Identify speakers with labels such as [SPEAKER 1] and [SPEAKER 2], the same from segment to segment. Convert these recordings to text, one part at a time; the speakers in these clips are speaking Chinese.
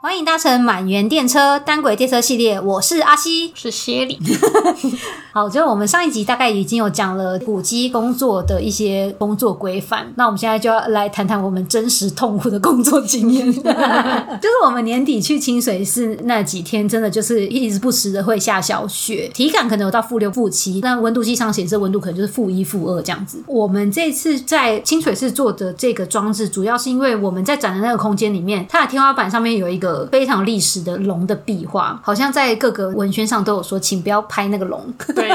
[SPEAKER 1] 欢迎搭乘满园电车单轨电车系列，我是阿西。
[SPEAKER 2] 是歇里。
[SPEAKER 1] 好，就是我们上一集大概已经有讲了古籍工作的一些工作规范，那我们现在就要来谈谈我们真实痛苦的工作经验。就是我们年底去清水寺那几天，真的就是一直不时的会下小雪，体感可能有到负六、负七，那温度计上显示温度可能就是负一、负二这样子。我们这次在清水寺做的这个装置，主要是因为我们在展的那个空间里面，它的天花板上面有一个非常历史的龙的壁画，好像在各个文宣上都有说，请不要拍那个龙。
[SPEAKER 2] 对，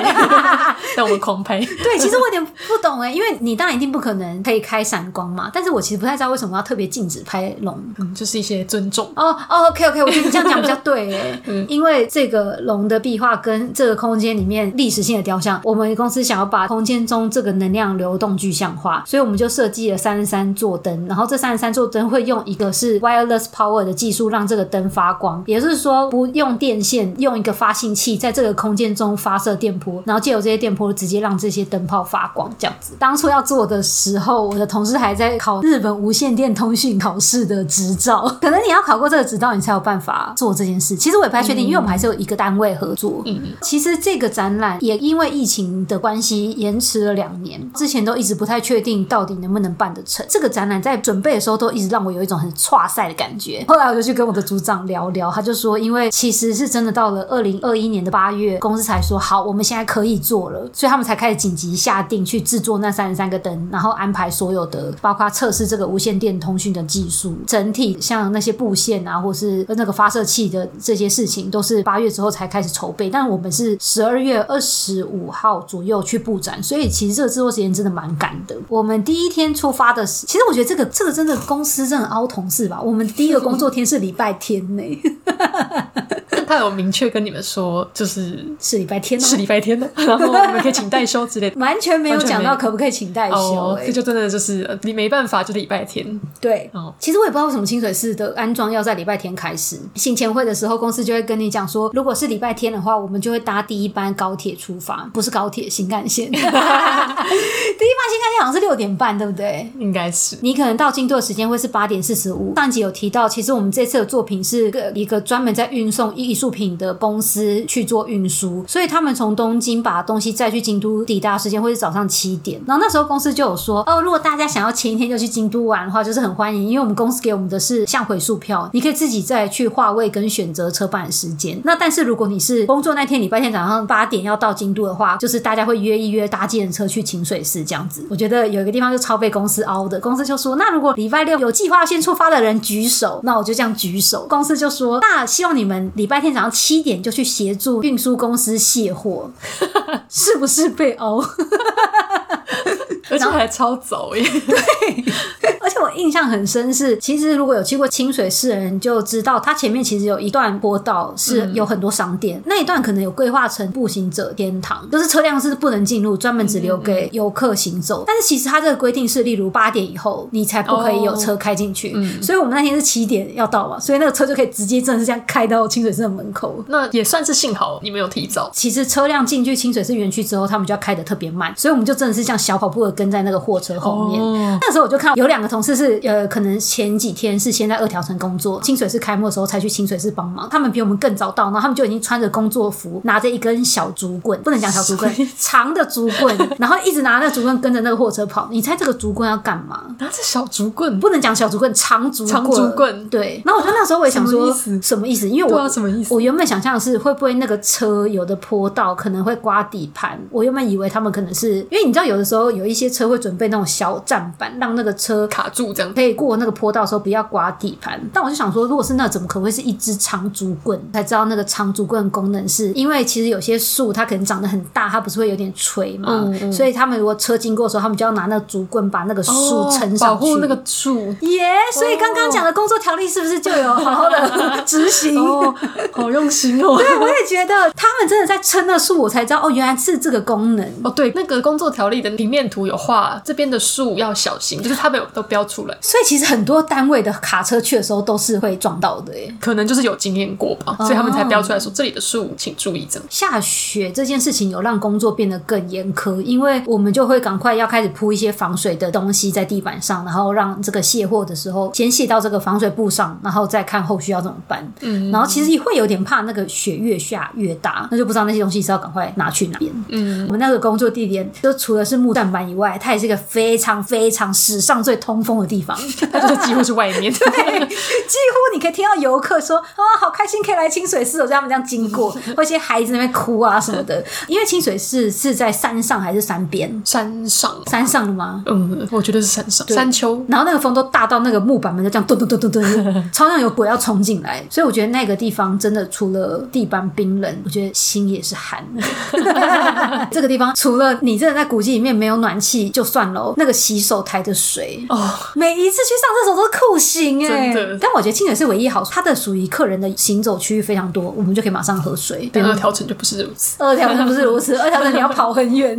[SPEAKER 2] 但我们空 拍。
[SPEAKER 1] 对，其实我有点不懂哎，因为你当然一定不可能可以开闪光嘛，但是我其实不太知道为什么要特别禁止拍龙。
[SPEAKER 2] 嗯就是一些尊重。
[SPEAKER 1] 哦哦，OK OK，我觉得你这样讲比较对哎，因为这个龙的壁画跟这个空间里面历史性的雕像，我们公司想要把空间中这个能量流动具象化，所以我们就设计了三十三座灯，然后这三十三座灯会用一个是 wireless power 的技术让这个灯发光，也就是说不用电线，用一个发信器在这个空间中发射电波，然后借由这些电波直接让这些灯泡发光，这样子。当初要做的时候，我的同事还在考日本无线电通讯考试的执照，可能你要考过这个执照，你才有办法做这件事。其实我也不太确定，因为我们还是有一个单位合作。
[SPEAKER 2] 嗯，
[SPEAKER 1] 其实这个展览也因为疫情的关系延迟了两年，之前都一直不太确定到底能不能办得成。这个展览在准备的时候都一直让我有一种很跨赛的感觉。 后来我就去跟我的组长聊聊，他就说，因为其实是真的到了二零二一年的八月，公司才说好，我们现在可以做了，所以他们才开始紧急下定去制作那三十三个灯，然后安排所有的，包括测试这个无线电通讯的技术，整体像那些布线啊，或是那个发射器的这些事情，都是八月之后才开始筹备。但我们是十二月二十五号左右去布展，所以其实这个制作时间真的蛮赶的。我们第一天出发的时，其实我觉得这个这个真的公司真的凹同事吧。我们第一个工作天是礼拜天呢、
[SPEAKER 2] 但他有明确跟你们说，就是
[SPEAKER 1] 是礼拜天哦、
[SPEAKER 2] 是礼拜天的，然后你们可以请 代休之类的。
[SPEAKER 1] 完全没有
[SPEAKER 2] 完全
[SPEAKER 1] 讲
[SPEAKER 2] 没
[SPEAKER 1] 到
[SPEAKER 2] 有
[SPEAKER 1] 可不可以请代休、
[SPEAKER 2] 哦，
[SPEAKER 1] 欸
[SPEAKER 2] 这就真的就是呃你没办法，就礼拜天。
[SPEAKER 1] 对，
[SPEAKER 2] 哦
[SPEAKER 1] 其实我也不知道为什么清水寺的安装要在礼拜天开始。行前会的时候，公司就会跟你讲说，如果是礼拜天的话，我们就会搭第一班高铁出发，不是高铁新干线。第 一班新干线好像是六点半，对不对？
[SPEAKER 2] 应该是
[SPEAKER 1] 你可能到京都的时间会是八点四十五。上集有提到，其实我们这次的作品是个一个专门在运送艺术品的公司去做运输，所以他们从东京把东西再去京都抵达的时间会是早上七点。然后那时候公司就有说，哦，如果大家想要前一天就去京都玩的话，就是很欢迎，因为我们公司给我们的是向回数票，你可以自己再去划位跟选择车班的时间。那但是如果你是工作那天礼拜天早上八点要到京都的话，就是大家会约一约搭计程车去清水寺这样子。我觉得有一个地方就超被公司凹的，公司就说，那如果礼拜六有计划先出发的人举手，那我就这样举手。公司就说，那希望你们礼拜天早上七点就去协助运输公司卸货， 是不是被凹？
[SPEAKER 2] 而且还超早欸耶。
[SPEAKER 1] 而且我印象很深是，其实如果有去过清水寺的人就知道，它前面其实有一段坡道是有很多商店，那一段可能有规划成步行者天堂，就是车辆是不能进入，专门只留给游客行走。但是其实它这个规定是，例如八点以后你才不可以有车开进去，所以我们那天是七点要到嘛，所以那个车就可以直接真的是这样开到清水寺的门口。
[SPEAKER 2] 那也算是幸好你们有提早。
[SPEAKER 1] 其实车辆进去清水寺园区之后，他们就要开得特别慢，所以我们就真的是像小跑步的跟在那个货车后面。
[SPEAKER 2] 哦
[SPEAKER 1] 那时候我就看到有两个同事是呃，可能前几天是先在二条城工作，清水寺开幕的时候才去清水寺帮忙，他们比我们更早到，然后他们就已经穿着工作服，拿着一根小竹棍， 不能讲小竹棍，长的竹棍，然后一直拿那个竹棍跟着那个货车跑。你猜这个竹棍要干嘛？
[SPEAKER 2] 拿着啊小竹棍，
[SPEAKER 1] 不能讲小竹棍，长竹棍
[SPEAKER 2] 长竹棍
[SPEAKER 1] 对，然后我就那时候我也想说
[SPEAKER 2] 什么意思
[SPEAKER 1] 么意思？因为我、
[SPEAKER 2] 对啊什么意思
[SPEAKER 1] 我原本想象的是会不会那个车有的坡道可能会刮底盘，我原本以为他们可能是因为你知道有的时候有一些车会准备那种小站板，让那个车
[SPEAKER 2] 卡住这样。
[SPEAKER 1] 可以过那个坡道的时候不要刮底盘。但我就想说，如果是那怎么可能会是一支长竹棍？才知道那个长竹棍的功能是，因为其实有些树它可能长得很大，它不是会有点垂嘛，
[SPEAKER 2] 嗯嗯
[SPEAKER 1] 所以他们如果车经过的时候，他们就要拿那个竹棍把那个树
[SPEAKER 2] 哦
[SPEAKER 1] 撑
[SPEAKER 2] 保
[SPEAKER 1] 上去，
[SPEAKER 2] 护那个树。
[SPEAKER 1] 耶所以刚刚讲的工作条例是不是就有好好的执行？
[SPEAKER 2] 哦， 好用心哦。
[SPEAKER 1] 对，我也觉得他们真的在撑那树，我才知道哦，原来是这个功能。
[SPEAKER 2] 哦，对，那个工作条例的平面图有画这边的树要小心，就是他们有都标出来，
[SPEAKER 1] 所以其实很多单位的卡车去的时候都是会撞到的耶。
[SPEAKER 2] 可能就是有经验过
[SPEAKER 1] 哦
[SPEAKER 2] 吧，所以他们才标出来说这里的树请注意 这样。
[SPEAKER 1] 下雪这件事情有让工作变得更严苛，因为我们就会赶快要开始铺一些防水的东西在地板上，然后让这个卸货的时候先卸到这个防水布上，然后再看后续要怎么办。嗯，然后其实会有点怕那个雪越下越大，那就不知道那些东西是要赶快拿去哪边。嗯，我们那个工作地点就除了是木栈板以外，它也是一个非常非常史上最通风的地方。
[SPEAKER 2] 它就是几乎是外面，
[SPEAKER 1] 几乎你可以听到游客说啊，好开心可以来清水寺，我在他们这样经 过，或一些孩子在那边哭啊什么的。因为清水寺是在山上还是山边？
[SPEAKER 2] 山上，
[SPEAKER 1] 山上的吗？
[SPEAKER 2] 嗯，我觉得是山上，山丘。
[SPEAKER 1] 然后那个风都大到那个木板们就这样咚咚咚咚咚，超像有鬼要冲进来。所以我觉得那个地方真的除了地板冰冷，我觉得心也是寒。 这个地方除了你真的在古迹里面没有暖气就算了哦，那个洗手台的水，
[SPEAKER 2] 哦，
[SPEAKER 1] 每一次去上厕所都是酷刑哎、
[SPEAKER 2] 真的
[SPEAKER 1] 但我觉得清水是唯一好处，它的属于客人的行走区域非常多，我们就可以马上喝水。
[SPEAKER 2] 但二条城就不是如此。
[SPEAKER 1] 二条城不是如此，二条城你要跑很远。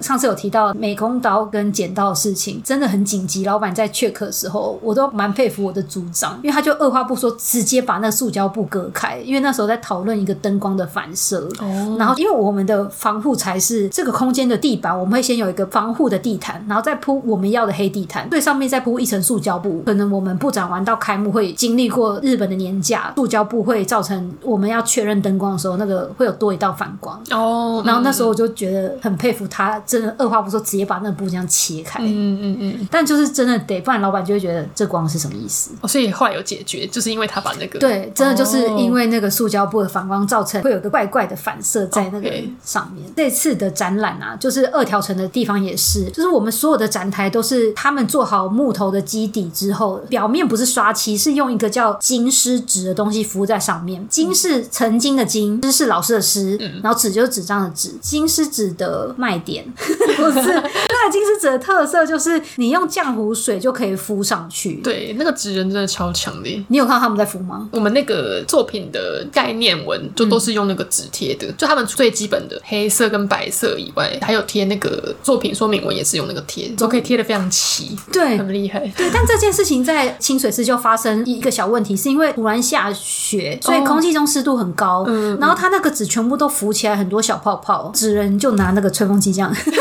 [SPEAKER 1] 上次有提到美工刀跟剪刀的事情，真的很紧急。老板在 check 的时候，我都蛮佩服我的组长，因为他就二话不说，直接把那个塑胶布隔开。因为那时候在讨论一个灯光的反射，
[SPEAKER 2] 哦
[SPEAKER 1] 然后因为我们的防护才是这个空间的地板，我们会先有一个防护的地毯，然后再铺我们要的黑地毯，最上面再铺一层塑胶布。可能我们布展完到开幕会经历过日本的年假，塑胶布会造成我们要确认灯光的时候，那个会有多一道反光。
[SPEAKER 2] 哦，
[SPEAKER 1] 然后那时候我就觉得很佩服他，真的二话不说直接把那个布这样切开。
[SPEAKER 2] 嗯嗯嗯，
[SPEAKER 1] 但就是真的得，不然老板就会觉得这光是什么意思？
[SPEAKER 2] 哦，所以后来有解决，就是因为他把那个
[SPEAKER 1] 对，真的就是
[SPEAKER 2] 哦
[SPEAKER 1] 因为那个塑胶布的反光造成会有一个怪怪的反射在那个
[SPEAKER 2] OK
[SPEAKER 1] 上面。这次的展览啊，就是二条城的地方也是，就是我们所有的展台都是他们做好木头的基底之后，表面不是刷漆，是用一个叫金狮纸的东西敷在上
[SPEAKER 2] 嗯
[SPEAKER 1] 面。金是曾经的金，狮是老师的狮，然后纸就是纸张的纸。金狮纸的卖点 不是那个金狮纸的特色，就是你用浆糊水就可以敷上去。，
[SPEAKER 2] 对那个纸人真的超强的耶。
[SPEAKER 1] 你有看到他们在敷吗？
[SPEAKER 2] 我们那个作品的概念文就都是用那个纸贴
[SPEAKER 1] 嗯
[SPEAKER 2] 的，就他们最基本的黑色跟白色以外，还有贴那个作品说明文也是用那个贴，都可以贴的非常齐，
[SPEAKER 1] 对，
[SPEAKER 2] 很厉 害。
[SPEAKER 1] 对，但这件事情在清水寺就发生一个小问题，是因为突然下雪，所以空气中湿度很高，然后它那个纸全部都浮起来很多小泡泡，纸人就拿那个吹风机这样，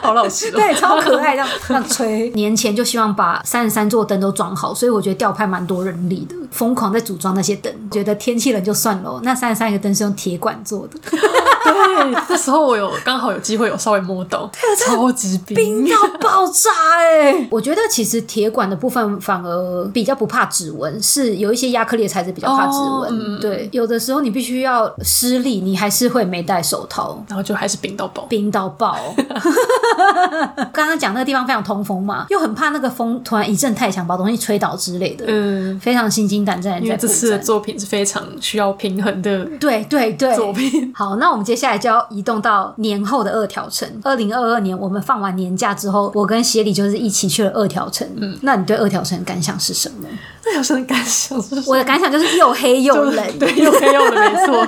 [SPEAKER 2] 好老实哦。
[SPEAKER 1] 对，超可爱，这样这样吹。年前就希望把三十三座灯都装好，所以我觉得调派蛮多人力的，疯狂在组装那些灯，觉得天气冷就算了哦、那三十三个灯是用铁管做的，
[SPEAKER 2] 对，那时候我有刚好有机会有稍微摸 到，超级冰
[SPEAKER 1] 冰。到爆炸哎、
[SPEAKER 2] 欸
[SPEAKER 1] 我觉得其实铁管的部分反而比较不怕指纹，是有一些亚克力的材质比较怕指
[SPEAKER 2] 哦
[SPEAKER 1] 纹。对，有的时候你必须要施力，你还是会没戴手套。
[SPEAKER 2] 然后就还是冰到爆，
[SPEAKER 1] 冰到爆！ 刚刚讲那个地方非常通风嘛，又很怕那个风突然一阵太强把东西吹倒之类的，
[SPEAKER 2] 嗯，
[SPEAKER 1] 非常心惊胆战地
[SPEAKER 2] 因
[SPEAKER 1] 在
[SPEAKER 2] 为这次的
[SPEAKER 1] 布展
[SPEAKER 2] 作品是非常需要平衡的
[SPEAKER 1] 对对对，
[SPEAKER 2] 作品，
[SPEAKER 1] 好，那我们接下来就要移动到年后的二条城。二零二二年我们放完年假之后，我跟协理就是一起去了二条城。嗯，那你对二条城的感想是什么？
[SPEAKER 2] 那有什么感想？就是
[SPEAKER 1] 我的感想就是又黑又冷。
[SPEAKER 2] 对，又没有了，没错。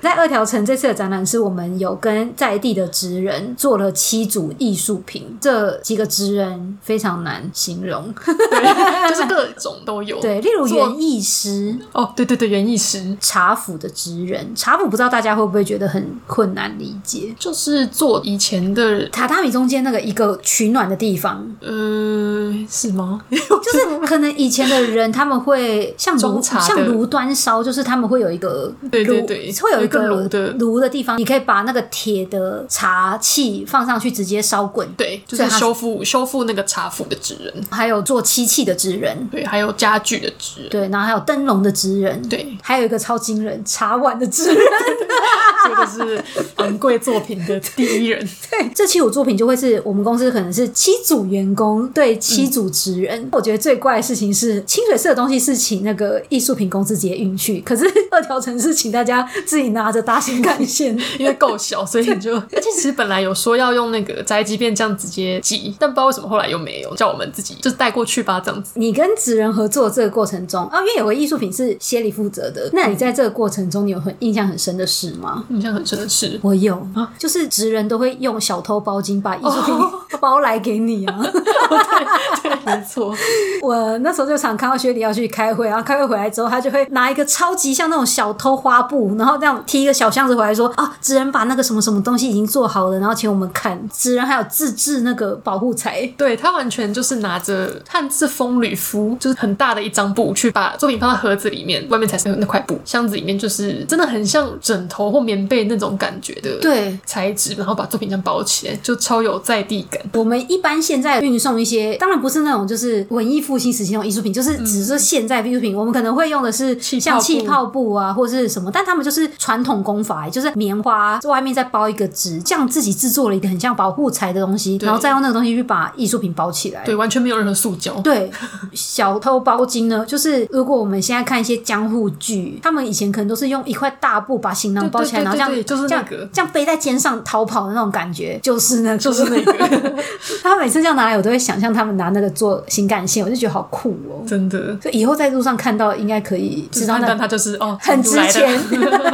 [SPEAKER 1] 在二条城这次的展览是我们有跟在地的职人做了七组艺术品，这几个职人非常难形 容。
[SPEAKER 2] 对，就是各种都有。
[SPEAKER 1] 对，例如
[SPEAKER 2] 做
[SPEAKER 1] 园艺师。
[SPEAKER 2] 哦，对对对，园艺师
[SPEAKER 1] 茶府的职人，茶府不知道大家会不会觉得很困难理解？
[SPEAKER 2] 就是做以前的，
[SPEAKER 1] 榻榻米中间那个一个取暖的地方，
[SPEAKER 2] 嗯，是吗？
[SPEAKER 1] 就是可能以前的人他们会像炉
[SPEAKER 2] 中茶的
[SPEAKER 1] 像炉端烧，就是他们会有一个
[SPEAKER 2] 对对
[SPEAKER 1] 炉
[SPEAKER 2] 对
[SPEAKER 1] 会有一个
[SPEAKER 2] 有一个炉的
[SPEAKER 1] 炉的地方，你可以把那个铁的茶器放上去直接烧滚。
[SPEAKER 2] 对，就
[SPEAKER 1] 所以
[SPEAKER 2] 是
[SPEAKER 1] 他是
[SPEAKER 2] 修复修复那个茶釜的职人，
[SPEAKER 1] 还有做漆器的职人，
[SPEAKER 2] 对，还有家具的职人，
[SPEAKER 1] 对，然后还有灯笼的职人，，
[SPEAKER 2] 对，
[SPEAKER 1] 还有一个超惊人茶碗的职人。
[SPEAKER 2] 这 个是昂贵作品的第一人。
[SPEAKER 1] 这七组作品就会是我们公司可能是七组员工对七组职人。我觉得最怪的事情是清水社的东西是请那个艺术品公司直接运去，可是二条城是请大家自己拿着搭新干线。
[SPEAKER 2] 因为够小，所以你就。而且其实本来有说要用那个宅急便这样直接寄，但不知道为什么后来又没有，叫我们自己就是带过去吧，这样子。
[SPEAKER 1] 你跟职人合作这个过程中，啊，因为有个艺术品是谢里负责的，那你在这个过程中，你有很印象很深的事吗？
[SPEAKER 2] 印象很深的是，
[SPEAKER 1] 我有，就是职人都会用小偷包巾把艺术品、 包来给你啊。
[SPEAKER 2] 没错，
[SPEAKER 1] 我那时候就常看到薛礼要去开会，然后开会回来之后，他就会拿一个超级像那种小偷花布，然后这样提一个小箱子回来说啊，纸人把那个什么什么东西已经做好了，然后请我们看。纸人还有自制那个保护材，
[SPEAKER 2] 对他完全就是拿着汉字风吕夫，就是很大的一张布去把作品放到盒子里面，外面才是那块布，箱子里面就是真的很像枕头或棉被那种感觉 的
[SPEAKER 1] 对。
[SPEAKER 2] 材质，然后把作品这样包起来，就超有在地感。
[SPEAKER 1] 我们一般现在运送一些，当然不是那种就是文艺复兴时期那种艺术品，就是只是现在艺术品，我们可能会用的是
[SPEAKER 2] 气泡
[SPEAKER 1] 像气
[SPEAKER 2] 布
[SPEAKER 1] 泡布啊，或是什么，但他们就是传统工法，就是棉花外面再包一个纸，这样自己制作了一个很像保护材的东西，
[SPEAKER 2] 对
[SPEAKER 1] 然后再用那个东西去把艺术品包起来。
[SPEAKER 2] 对，完全没有任何塑胶。
[SPEAKER 1] 对，小偷包巾呢， 就是如果我们现在看一些江户剧，他们以前可能都是用一块大布把行囊包起来，
[SPEAKER 2] 对对
[SPEAKER 1] 然后这
[SPEAKER 2] 对
[SPEAKER 1] 样
[SPEAKER 2] 对就是
[SPEAKER 1] 这
[SPEAKER 2] 那
[SPEAKER 1] 样
[SPEAKER 2] 个
[SPEAKER 1] 这样背在肩上逃跑的那种感觉，就是那个，
[SPEAKER 2] 就是那个，
[SPEAKER 1] 他每次这样拿来，我都会想象他们拿那个做情感线，我就觉得好酷哦。
[SPEAKER 2] 真的，
[SPEAKER 1] 所以以后在路上看到，应该可以
[SPEAKER 2] 就是
[SPEAKER 1] 知道
[SPEAKER 2] 判
[SPEAKER 1] 那
[SPEAKER 2] 断它就是哦，。
[SPEAKER 1] 很值钱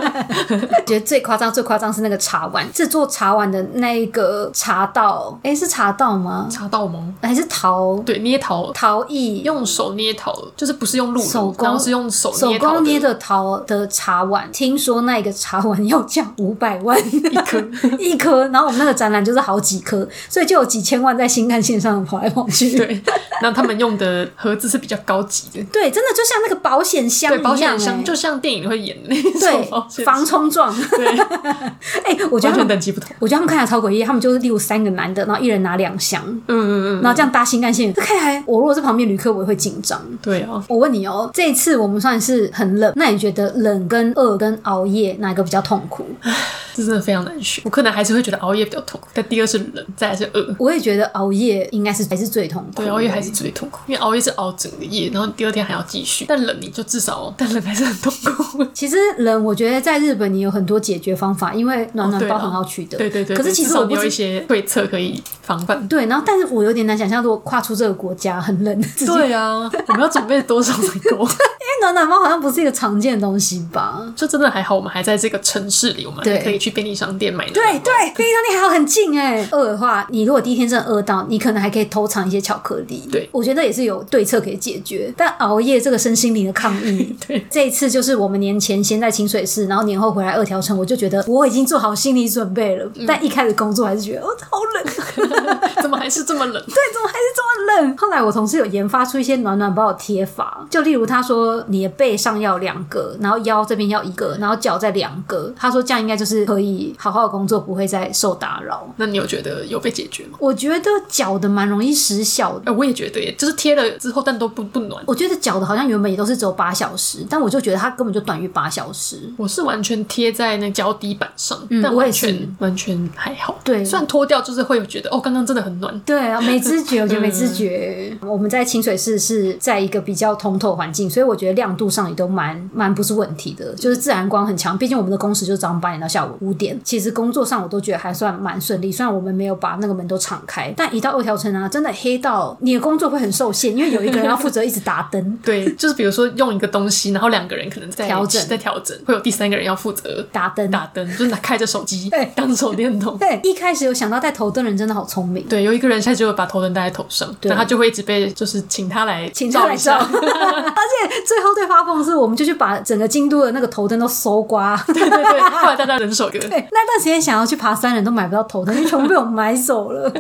[SPEAKER 1] 觉得最夸张、最夸张是那个茶碗，制作茶碗的那一个茶道，诶，是茶道吗？
[SPEAKER 2] 茶道吗？
[SPEAKER 1] 还是陶
[SPEAKER 2] 对，捏陶，
[SPEAKER 1] 陶艺？
[SPEAKER 2] 用手捏陶，就是不是用露
[SPEAKER 1] 手
[SPEAKER 2] 炉，
[SPEAKER 1] 工
[SPEAKER 2] 然后是用手
[SPEAKER 1] 手
[SPEAKER 2] 捏陶
[SPEAKER 1] 工捏
[SPEAKER 2] 的
[SPEAKER 1] 的陶的茶碗，听说那个茶碗要价五百万
[SPEAKER 2] 一颗。
[SPEAKER 1] 一颗，然后我们那个展览就是好几颗，所以就有几千万在新干线上跑来跑去。
[SPEAKER 2] 对，那他们用的盒子是比较高级的，
[SPEAKER 1] 对真的就像那个保险箱
[SPEAKER 2] 对，
[SPEAKER 1] 一
[SPEAKER 2] 保
[SPEAKER 1] 样、
[SPEAKER 2] 险
[SPEAKER 1] 欸
[SPEAKER 2] 箱，就像电影会演的那种 保
[SPEAKER 1] 对
[SPEAKER 2] 险
[SPEAKER 1] 防
[SPEAKER 2] 箱，
[SPEAKER 1] 冲撞。
[SPEAKER 2] 对，
[SPEAKER 1] 哎、我觉得他
[SPEAKER 2] 完全
[SPEAKER 1] 们，
[SPEAKER 2] 等级不同。
[SPEAKER 1] 我觉得他们看起来超诡异，他们就是例如三个男的，然后一人拿两箱，
[SPEAKER 2] 嗯嗯嗯，
[SPEAKER 1] 然后这样搭新干线，这看起来我如果是旁边旅客，我也会紧张。
[SPEAKER 2] 对啊，
[SPEAKER 1] 我问你哦，这一次我们算是很冷，那你觉得冷跟饿跟熬夜哪个比较痛苦？
[SPEAKER 2] 这真的非常难选。我可能还是会觉得熬夜比较痛苦，但第二是冷，再来是饿。
[SPEAKER 1] 我也觉得熬夜应该是还是最痛苦。
[SPEAKER 2] 对，熬夜还是最痛苦，因为熬夜是熬整个夜，然后第二天还要继续。但冷你就至少， 但冷还是很痛 苦。
[SPEAKER 1] 其实冷，我觉得在日本你有很多解决方法，因为暖
[SPEAKER 2] 哦
[SPEAKER 1] 暖
[SPEAKER 2] 对
[SPEAKER 1] 包
[SPEAKER 2] 啦
[SPEAKER 1] 很好取得。
[SPEAKER 2] 对对对，
[SPEAKER 1] 可是
[SPEAKER 2] 对
[SPEAKER 1] 其
[SPEAKER 2] 至
[SPEAKER 1] 实
[SPEAKER 2] 少
[SPEAKER 1] 我
[SPEAKER 2] 你
[SPEAKER 1] 不
[SPEAKER 2] 有一
[SPEAKER 1] 知。
[SPEAKER 2] 些对策可以防范。
[SPEAKER 1] 对，然后但是我有点难想象，如果跨出这个国家很冷，自己因为
[SPEAKER 2] 对啊， 我们要准备多少才够？
[SPEAKER 1] 暖暖包好像不是一个常见的东西吧？
[SPEAKER 2] 就真的还好，我们还在这个城市里，我们还
[SPEAKER 1] 对
[SPEAKER 2] 可以去便利商店买。
[SPEAKER 1] 对对，非常厉害，很近哎。饿的话，你如果第一天真的饿到，你可能还可以偷尝一些巧克力。
[SPEAKER 2] 对，
[SPEAKER 1] 我觉得也是有对策可以解决。但熬夜这个身心灵的抗议
[SPEAKER 2] 对，
[SPEAKER 1] 这一次就是我们年前先在清水寺，然后年后回来二条城，我就觉得我已经做好心理准备了。
[SPEAKER 2] 嗯
[SPEAKER 1] 但一开始工作还是觉得哦好冷，
[SPEAKER 2] 怎么还是这么冷？
[SPEAKER 1] 对，怎么还是这么冷？后来我同事有研发出一些暖暖包的贴法，就例如他说你的背上要两个，然后腰这边要一个，然后脚再两个。他说这样应该就是可以好好的工作，不会再受打扰。
[SPEAKER 2] 那你有觉得有被解决吗？
[SPEAKER 1] 我觉得脚的蛮容易失效的。
[SPEAKER 2] 哎、我也觉得耶，就是贴了之后，但都不不暖。
[SPEAKER 1] 我觉得脚的好像原本也都是只有八小时，但我就觉得它根本就短于八小时。
[SPEAKER 2] 我是完全贴在那脚底板上，
[SPEAKER 1] 嗯
[SPEAKER 2] 但
[SPEAKER 1] 我
[SPEAKER 2] 完
[SPEAKER 1] 也是
[SPEAKER 2] 全完全还好。
[SPEAKER 1] 对
[SPEAKER 2] 虽然脱掉就是会觉得哦，刚刚真的很暖。。
[SPEAKER 1] 对啊，没知觉，我觉得没知觉。嗯我们在清水市是在一个比较通透环境，所以我觉得亮度上也都蛮蛮不是问题的，就是自然光很强。毕竟我们的工时就早上八点到下午五点，其实工作上我都觉得还算蛮顺利。虽然我们没有把那个门都敞开，但一到二条城啊，真的黑到你的工作会很受限，因为有一个人要负责一直打灯
[SPEAKER 2] 对，就是比如说用一个东西，然后两个人可能在
[SPEAKER 1] 调整
[SPEAKER 2] 在调整，会有第三个人要负责
[SPEAKER 1] 打灯，
[SPEAKER 2] 打 灯，就是拿开着手机
[SPEAKER 1] 对
[SPEAKER 2] 当手 电筒。
[SPEAKER 1] 对，一开始有想到带头灯的人真的好聪明，
[SPEAKER 2] 对，有一个人现在就把头灯戴在头上，
[SPEAKER 1] 对
[SPEAKER 2] 然后他就会一直被就是请他来
[SPEAKER 1] 请他来
[SPEAKER 2] 一下
[SPEAKER 1] 照，而且最后最发疯的是，我们就去把整个京都的那个头灯都搜刮。
[SPEAKER 2] 对对对，后来大家人手一个。
[SPEAKER 1] 对，那段时间想要去爬山人都买不到头灯，因为全部被我们 买走了。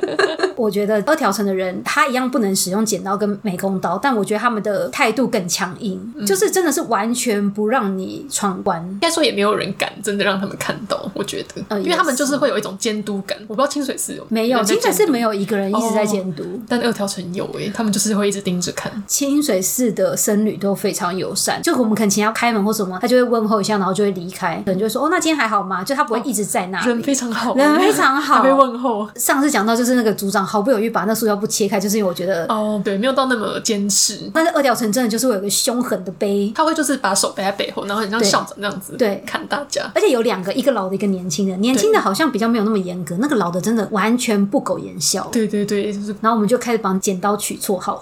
[SPEAKER 1] 我觉得二条城的人他一样不能使用剪刀跟美工刀，但我觉得他们的态度更强硬，
[SPEAKER 2] 嗯
[SPEAKER 1] 就是真的是完全不让你闯关。
[SPEAKER 2] 应该说也没有人敢真的让他们看到，我觉得，
[SPEAKER 1] 呃
[SPEAKER 2] 因为他们
[SPEAKER 1] 也是
[SPEAKER 2] 就是会有一种监督感。我不知道清水寺有
[SPEAKER 1] 没有，
[SPEAKER 2] 人在
[SPEAKER 1] 清水
[SPEAKER 2] 监
[SPEAKER 1] 寺
[SPEAKER 2] 督哦
[SPEAKER 1] 没有一个人一直在监督。
[SPEAKER 2] 但二条城有诶、他们就是会一直盯着看。
[SPEAKER 1] 清水寺的僧侣都非常友善，就我们可能请他开门或什么，他就会问候一下，然后就会离开，可能就会说哦，那今天还好吗？就他不会一直在那里。
[SPEAKER 2] 人非常好，
[SPEAKER 1] 人非常 好
[SPEAKER 2] 还会问候。
[SPEAKER 1] 上次讲到就是那个组长毫不犹豫把那塑胶布切开，就是因为我觉得，
[SPEAKER 2] 哦，对，没有到那么监视，
[SPEAKER 1] 但是二条城真的就是会有一个凶狠的杯，
[SPEAKER 2] 他会就是把手背在背后，然后很像
[SPEAKER 1] 对
[SPEAKER 2] 校长那样子
[SPEAKER 1] 对
[SPEAKER 2] 看大家。
[SPEAKER 1] 而且有两个，一个老的，一个年轻的。年轻的好像比较没有那么严格，那个老的真的完全不苟言笑。
[SPEAKER 2] 对对对，就是
[SPEAKER 1] 然后我们就开始帮剪刀取绰号，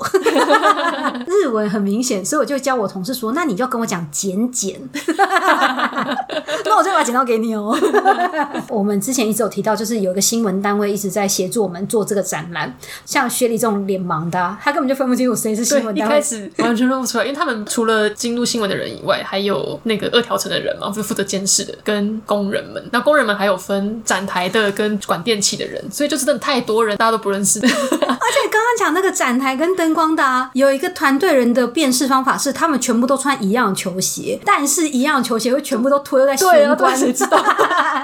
[SPEAKER 1] 日文很明显，所以我就教我同事就说：“那你就跟我讲剪剪， 那我就把剪刀给你 哦。”我们之前一直有提到，就是有一个新闻单位一直在协助我们做这个展览，像薛丽这种脸盲的、啊，他根本就分不清楚谁是新闻
[SPEAKER 2] 一
[SPEAKER 1] 单
[SPEAKER 2] 开
[SPEAKER 1] 位。
[SPEAKER 2] 始完全认不出来，因为他们除了京都新闻的人以外，还有那个二条城的人嘛，就是负责监视的，跟工人们。那工人们还有分展台的跟管电器的人，所以就真的太多人，大家都不认识。
[SPEAKER 1] 而且刚刚讲那个展台跟灯光的、啊，有一个团队人的辨识方法是，他们全部都穿一样的球鞋，但是一样的球鞋会全部都脱在
[SPEAKER 2] 对啊
[SPEAKER 1] 玄关，
[SPEAKER 2] 对谁知道？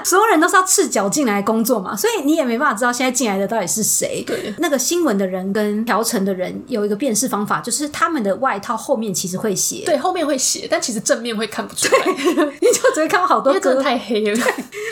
[SPEAKER 1] 所有人都是要赤脚进来工作嘛，所以你也没办法知道现在进来的到底是谁。
[SPEAKER 2] 对，
[SPEAKER 1] 那个新闻的人跟调成的人有一个辨识方法，就是他们的外套后面其实会写，
[SPEAKER 2] 对，后面会写，但其实正面会看不出来，
[SPEAKER 1] 你就只会看到好
[SPEAKER 2] 因
[SPEAKER 1] 多
[SPEAKER 2] 为真
[SPEAKER 1] 歌
[SPEAKER 2] 的。太黑了，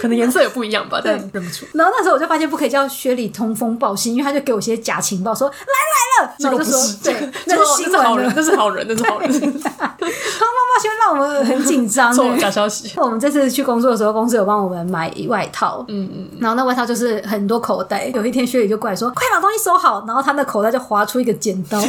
[SPEAKER 2] 可能颜色也不一样吧，但
[SPEAKER 1] 对
[SPEAKER 2] 认不出。
[SPEAKER 1] 然后那时候我就发现不可以叫薛礼通风报信，因为他就给我一些假情报说来来了，
[SPEAKER 2] 这
[SPEAKER 1] 然后
[SPEAKER 2] 个不
[SPEAKER 1] 我就说
[SPEAKER 2] 是，
[SPEAKER 1] 对
[SPEAKER 2] 这个，
[SPEAKER 1] 那是
[SPEAKER 2] 这
[SPEAKER 1] 新
[SPEAKER 2] 个好
[SPEAKER 1] 闻
[SPEAKER 2] 人，
[SPEAKER 1] 的
[SPEAKER 2] 这是好人，这是好人，
[SPEAKER 1] 通风报信会让我们很紧张、
[SPEAKER 2] 这种
[SPEAKER 1] 欸
[SPEAKER 2] 假消息。
[SPEAKER 1] 我们这次去工作的时候，公司有帮我们买外套，嗯嗯，然后那外套就是很多口袋。有一天薛宇就过来说：“快把东西收好。”然后他的口袋就划出一个剪刀，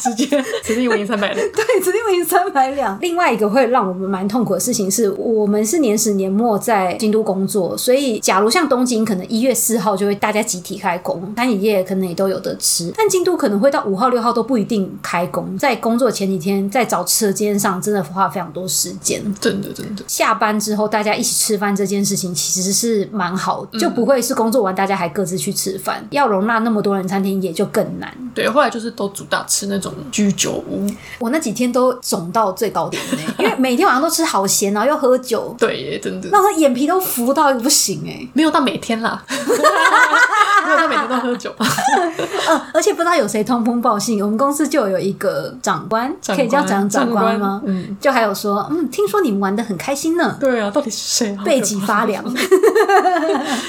[SPEAKER 2] 直接直接一文银三百的，
[SPEAKER 1] 对，直接赢三百两。另外一个会让我们蛮痛苦的事情是，我们是年始年末在京都工作，所以假如像东京，可能一月四号就会大家集体开工，餐饮业可能也都有得吃，但京都可能会到五号六号都不一定开工。在工作前几天，在找吃的今天上，真的花了非常多时间。
[SPEAKER 2] 真的真的。
[SPEAKER 1] 下班之后大家一起吃饭这件事情其实是蛮好的，就不会是工作完大家还各自去吃饭。要容纳那么多人，餐厅也就更难。
[SPEAKER 2] 对，后来就是都主打吃那种居酒屋，
[SPEAKER 1] 我那几天都肿到最高点呢、 因为每天晚上都吃好咸，然后又喝酒，
[SPEAKER 2] 对耶，真的
[SPEAKER 1] 那我眼皮都浮到一个不行哎、
[SPEAKER 2] 没有到每天啦， 没有到每天都喝酒吧。
[SPEAKER 1] 呃，而且不知道有谁通风报信，我们公司就有一个长官，
[SPEAKER 2] 长官
[SPEAKER 1] 可以叫长
[SPEAKER 2] 长官
[SPEAKER 1] 官吗？
[SPEAKER 2] 嗯，
[SPEAKER 1] 就还有说，嗯，听说你们玩的很开心呢。
[SPEAKER 2] 对啊，到底是谁啊？
[SPEAKER 1] 背脊发 凉。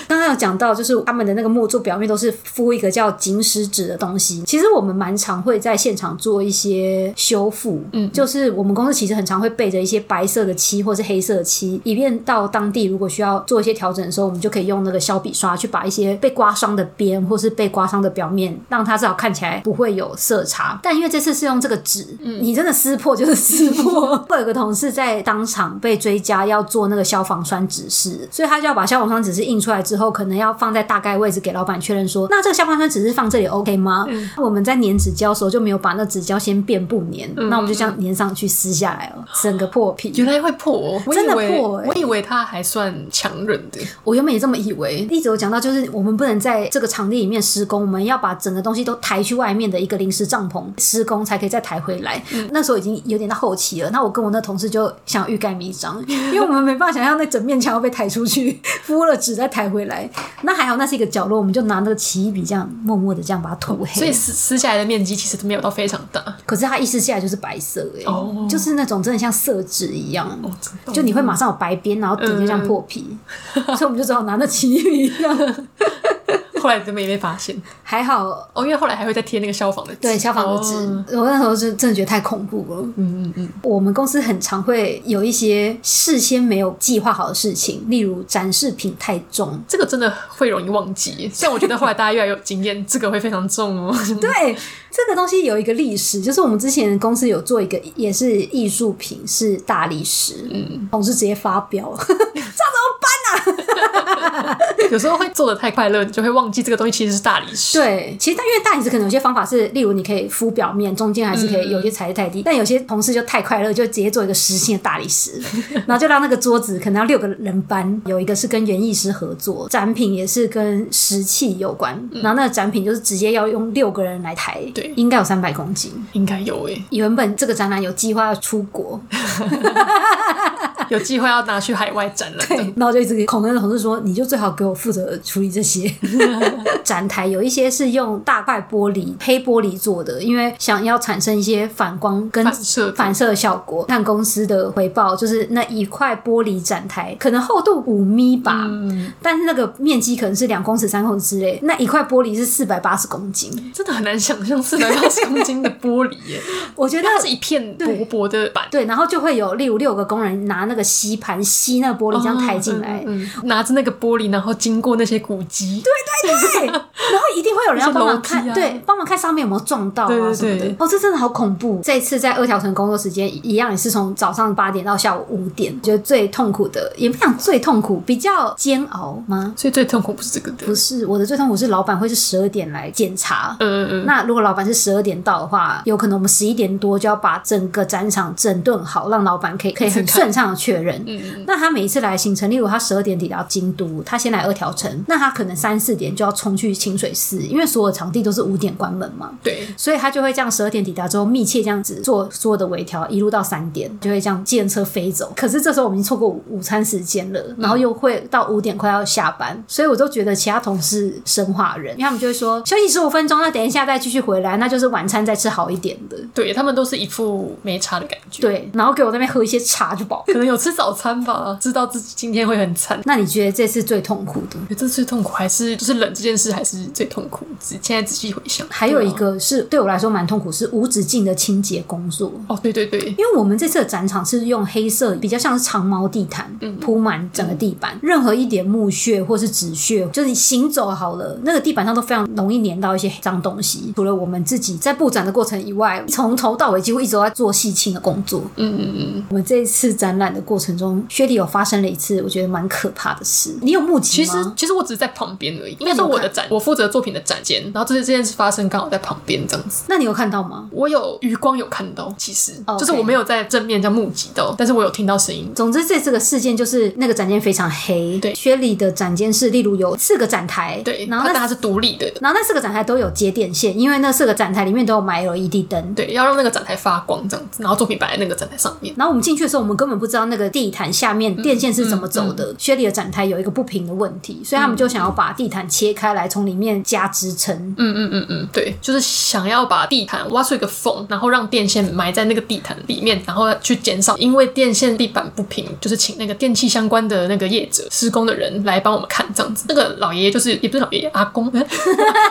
[SPEAKER 1] 刚刚有讲到，就是他们的那个木柱表面都是敷一个叫紧实纸的东西。其实我们蛮常会在现场做一些修复，嗯，就是我们公司其实很常会备着一些白色的漆或是黑色的漆，以便到当地如果需要做一些调整的时候，我们就可以用那个削笔刷去把一些被刮伤的边或是被刮伤的表面，让它至少看起来不会有色差。但因为这次是用这个纸，你真的撕破就是撕破。我有个同事在当场被追加要做那个消防栓指示，所以他就要把消防栓指示印出来之后，可能要放在大概位置给老板确认说，那这个消防栓指示放这里 OK 吗？我们在粘纸胶的时候就没有把那纸胶先遍布粘，那我们就这样粘上去撕下来了，整个破皮。
[SPEAKER 2] 原来会破、哦，我以
[SPEAKER 1] 真的
[SPEAKER 2] 为
[SPEAKER 1] 破欸
[SPEAKER 2] 我以为他还算强韧的，
[SPEAKER 1] 我原本也这么以为，一直有讲到，就是我们不能在这个场地里面施工，我们要把整个东西都抬去外面的一个临时帐篷施工，才可以再抬回来。
[SPEAKER 2] 嗯
[SPEAKER 1] 那时候已经有点到后期了，那我跟我那同事就想欲盖弥彰， 因为我们没办法想象那整面墙要被抬出去， 敷了纸再抬回来。那还好，那是一个角落，我们就拿那个奇异笔这样默默的这样把它涂黑。
[SPEAKER 2] 所以撕撕下来的面积其实没有到非常大。
[SPEAKER 1] 可是它一撕下来就是白色、欸，
[SPEAKER 2] 哦
[SPEAKER 1] 就是那种真的像色纸一样。
[SPEAKER 2] 哦嗯真的
[SPEAKER 1] 就你会马上有白边，然后底就像破皮，所以我们就只好拿那奇异笔这样。
[SPEAKER 2] 后来怎么也没被发现
[SPEAKER 1] 还好
[SPEAKER 2] 哦，因为后来还会再贴那个消防的纸，
[SPEAKER 1] 对消防的纸，
[SPEAKER 2] 哦
[SPEAKER 1] 我那时候是真的觉得太恐怖了。嗯嗯嗯，我们公司很常会有一些事先没有计划好的事情，例如展示品太重。
[SPEAKER 2] 这个真的会容易忘记。像我觉得后来大家越来越有经验，这个会非常重哦。
[SPEAKER 1] 对，这个东西有一个历史，就是我们之前公司有做一个，也是艺术品，是大理石，嗯，同事直接发飙了，
[SPEAKER 2] 有时候会做的太快乐，你就会忘记这个东西其实是大理石。
[SPEAKER 1] 对，其实但因为大理石可能有些方法是，例如你可以敷表面，中间还是可以有些踩得太低，但有些同事就太快乐，就直接做一个实心的大理石，然后就让那个桌子可能要六个人搬，有一个是跟园艺师合作，展品也是跟石器有关，然后那个展品就是直接要用六个人来抬，
[SPEAKER 2] 对
[SPEAKER 1] 应该有三百公斤。
[SPEAKER 2] 应该有欸诶、
[SPEAKER 1] 原本这个展览有计划要出国，
[SPEAKER 2] 有机会要拿去海外展览的。
[SPEAKER 1] 然后我就一直恐吓同事说，你就最好给我负责处理这 些。展台有一些是用大块玻璃、黑玻璃做的，因为想要产生一些反光跟
[SPEAKER 2] 反射
[SPEAKER 1] 反射效果。看公司的回报，就是那一块玻璃展台可能厚度五米吧，
[SPEAKER 2] 嗯
[SPEAKER 1] 但是那个面积可能是两公尺、三公尺之类，那一块玻璃是四百八十公斤，
[SPEAKER 2] 真的很难想象四百八十公斤的玻璃 耶，
[SPEAKER 1] 我觉得
[SPEAKER 2] 它是一片薄薄的板，
[SPEAKER 1] 对，然后就会有例如六个工人拿那个
[SPEAKER 2] 哦啊
[SPEAKER 1] 吸盘吸那个玻璃这样抬进来。
[SPEAKER 2] 嗯嗯，嗯嗯拿着那个玻璃，然后经过那些古迹，对
[SPEAKER 1] 对，然后一定会有人要帮忙
[SPEAKER 2] 一些
[SPEAKER 1] 看，
[SPEAKER 2] 楼梯啊
[SPEAKER 1] 对，帮忙看上面有没有撞到啊
[SPEAKER 2] 对对
[SPEAKER 1] 什么的
[SPEAKER 2] 对。
[SPEAKER 1] 哦，这真的好恐怖！这次在二条城工作时间一样也是从早上八点到下午五点，觉得最痛苦的，也不想最痛苦，比较煎熬吗？
[SPEAKER 2] 所以最痛苦不是这个的
[SPEAKER 1] 不，是，我的最痛苦是老板会是十二点来检查。
[SPEAKER 2] 嗯嗯嗯，
[SPEAKER 1] 那如果老板是十二点到的话，有可能我们十一点多就要把整个展场整顿好，让老板可以可以很顺畅的确
[SPEAKER 2] 嗯
[SPEAKER 1] 认。那他每一次来行程，例如他十二点抵达京都，他先来二条城，那他可能三四点就要冲去清水寺，因为所有场地都是五点关门嘛。
[SPEAKER 2] 对，
[SPEAKER 1] 所以他就会这样十二点抵达之后，密切这样子做所有的微调，一路到三点就会这样计程车飞走。可是这时候我们已经错过午午餐时间了，然后又会到五点快要下班，所以我都觉得其他同事生化人，因为他们就会说休息十五分钟，那等一下再继续回来，那就是晚餐再吃好一点的。
[SPEAKER 2] 对他们都是一副没差的感觉，，
[SPEAKER 1] 对，然后给我那边喝一些茶就饱。
[SPEAKER 2] 可能有吃早餐吧，知道自己今天会很惨。
[SPEAKER 1] 那你觉得这次最痛苦的？
[SPEAKER 2] 觉得最痛苦还是就是冷这件事还是最痛苦。只现在仔细回想，
[SPEAKER 1] 还有一
[SPEAKER 2] 对啊
[SPEAKER 1] 个是对我来说蛮痛苦，是无止境的清洁工作。
[SPEAKER 2] 哦，对对对，
[SPEAKER 1] 因为我们这次的展场是用黑色，比较像是长毛地毯
[SPEAKER 2] 嗯
[SPEAKER 1] 铺满整个地板，任何一点木屑或是纸屑，就是你行走好了，那个地板上都非常容易粘到一些脏东西。除了我们自己在布展的过程以外，从头到尾几乎一直都在做细清的工作。
[SPEAKER 2] 嗯嗯嗯。
[SPEAKER 1] 我们这一次展览的过程中，薛里有发生了一次我觉得蛮可怕的事，你有目击
[SPEAKER 2] 其
[SPEAKER 1] 吗？
[SPEAKER 2] 实其实我只是在旁边而已，应该
[SPEAKER 1] 那
[SPEAKER 2] 说
[SPEAKER 1] 你有
[SPEAKER 2] 我
[SPEAKER 1] 看
[SPEAKER 2] 的展，我负责作品的展间，然后这这件事发生刚好在旁边这样子。
[SPEAKER 1] 那你有看到吗？
[SPEAKER 2] 我有余光有看到，其实
[SPEAKER 1] 哦 OK
[SPEAKER 2] 就是我没有在正面这样目击到，但是我有听到声音。
[SPEAKER 1] 总之，这次个事件就是那个展间非常黑。
[SPEAKER 2] 对
[SPEAKER 1] 薛里的展间是，例如有四个展台，
[SPEAKER 2] 对，
[SPEAKER 1] 然后
[SPEAKER 2] 它
[SPEAKER 1] 那
[SPEAKER 2] 它是独立的，
[SPEAKER 1] 然后那四个展台都有接电线，因为那四个展台里面都有买 LED 灯。
[SPEAKER 2] 对，要让那个展台发光这样子，然后作品摆在那个展台上面。
[SPEAKER 1] 然后我们进去的时候，我们根本不知道那个地毯下
[SPEAKER 2] 嗯
[SPEAKER 1] 面电线是怎么走的。薛里的展台有一个不平的问题，所以他
[SPEAKER 2] 嗯
[SPEAKER 1] 们就想要把地毯切开来，从里面加支撑。
[SPEAKER 2] 嗯嗯嗯嗯，对，就是想要把地毯挖出一个缝，然后让电线埋在那个地毯里面，然后去减少，因为电线地板不平，就是请那个电器相关的那个业者、施工的人来帮我们看这样子。那个老爷爷就是也不是老爷爷，阿公、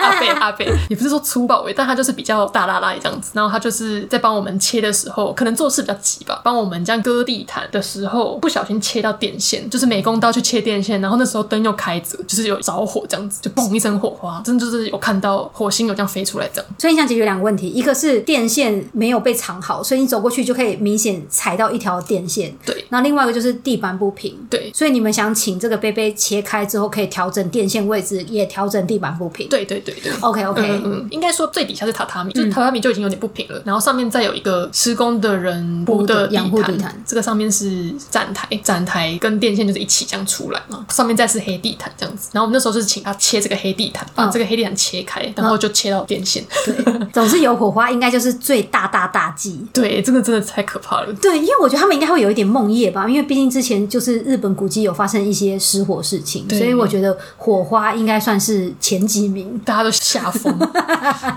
[SPEAKER 2] 阿伯、阿伯，也不是说粗暴，但他就是比较大拉拉这样子。然后他就是在帮我们切的时候，可能做事比较急吧，帮我们这样割地毯的时候，不小心切到电线，就是美工刀去切电线，然后那时候灯又开着，就是有着火这样子，就嘣一声火花，真的就是有看到火星有这样飞出来这样。
[SPEAKER 1] 所以你想解决两个问题，一个是电线没有被藏好，所以你走过去就可以明显踩到一条电线。
[SPEAKER 2] 对
[SPEAKER 1] 然后另外一个就是地板不平。
[SPEAKER 2] 对
[SPEAKER 1] 所以你们想请这个杯杯切开之后，可以调整电线位置，也调整地板不平。
[SPEAKER 2] 对对对对。
[SPEAKER 1] ，OK OK，、
[SPEAKER 2] 嗯嗯，应该说最底下是榻榻
[SPEAKER 1] 嗯
[SPEAKER 2] 米，就是榻榻米就已经有点不平了，然后上面再有一个施工的人
[SPEAKER 1] 铺
[SPEAKER 2] 铺
[SPEAKER 1] 的
[SPEAKER 2] 的地
[SPEAKER 1] 养护地毯
[SPEAKER 2] 毯，这个上面是站台，站台跟电线就是一起这样出来
[SPEAKER 1] 哦
[SPEAKER 2] 嘛，上面再是黑地毯这样子，然后我们那时候就是请他切这个黑地毯，把
[SPEAKER 1] 嗯
[SPEAKER 2] 这个黑地毯切开，然后就切到电线，
[SPEAKER 1] 对，
[SPEAKER 2] 嗯
[SPEAKER 1] 总之有火花应该就是最大大大忌。
[SPEAKER 2] 对，这个真的太可怕了。
[SPEAKER 1] 对，因为我觉得他们应该会有一点梦夜吧，因为毕竟之前就是日本古迹有发生一些失火事情，
[SPEAKER 2] 对
[SPEAKER 1] 所以我觉得火花应该算是前几名。
[SPEAKER 2] 大家都 吓疯，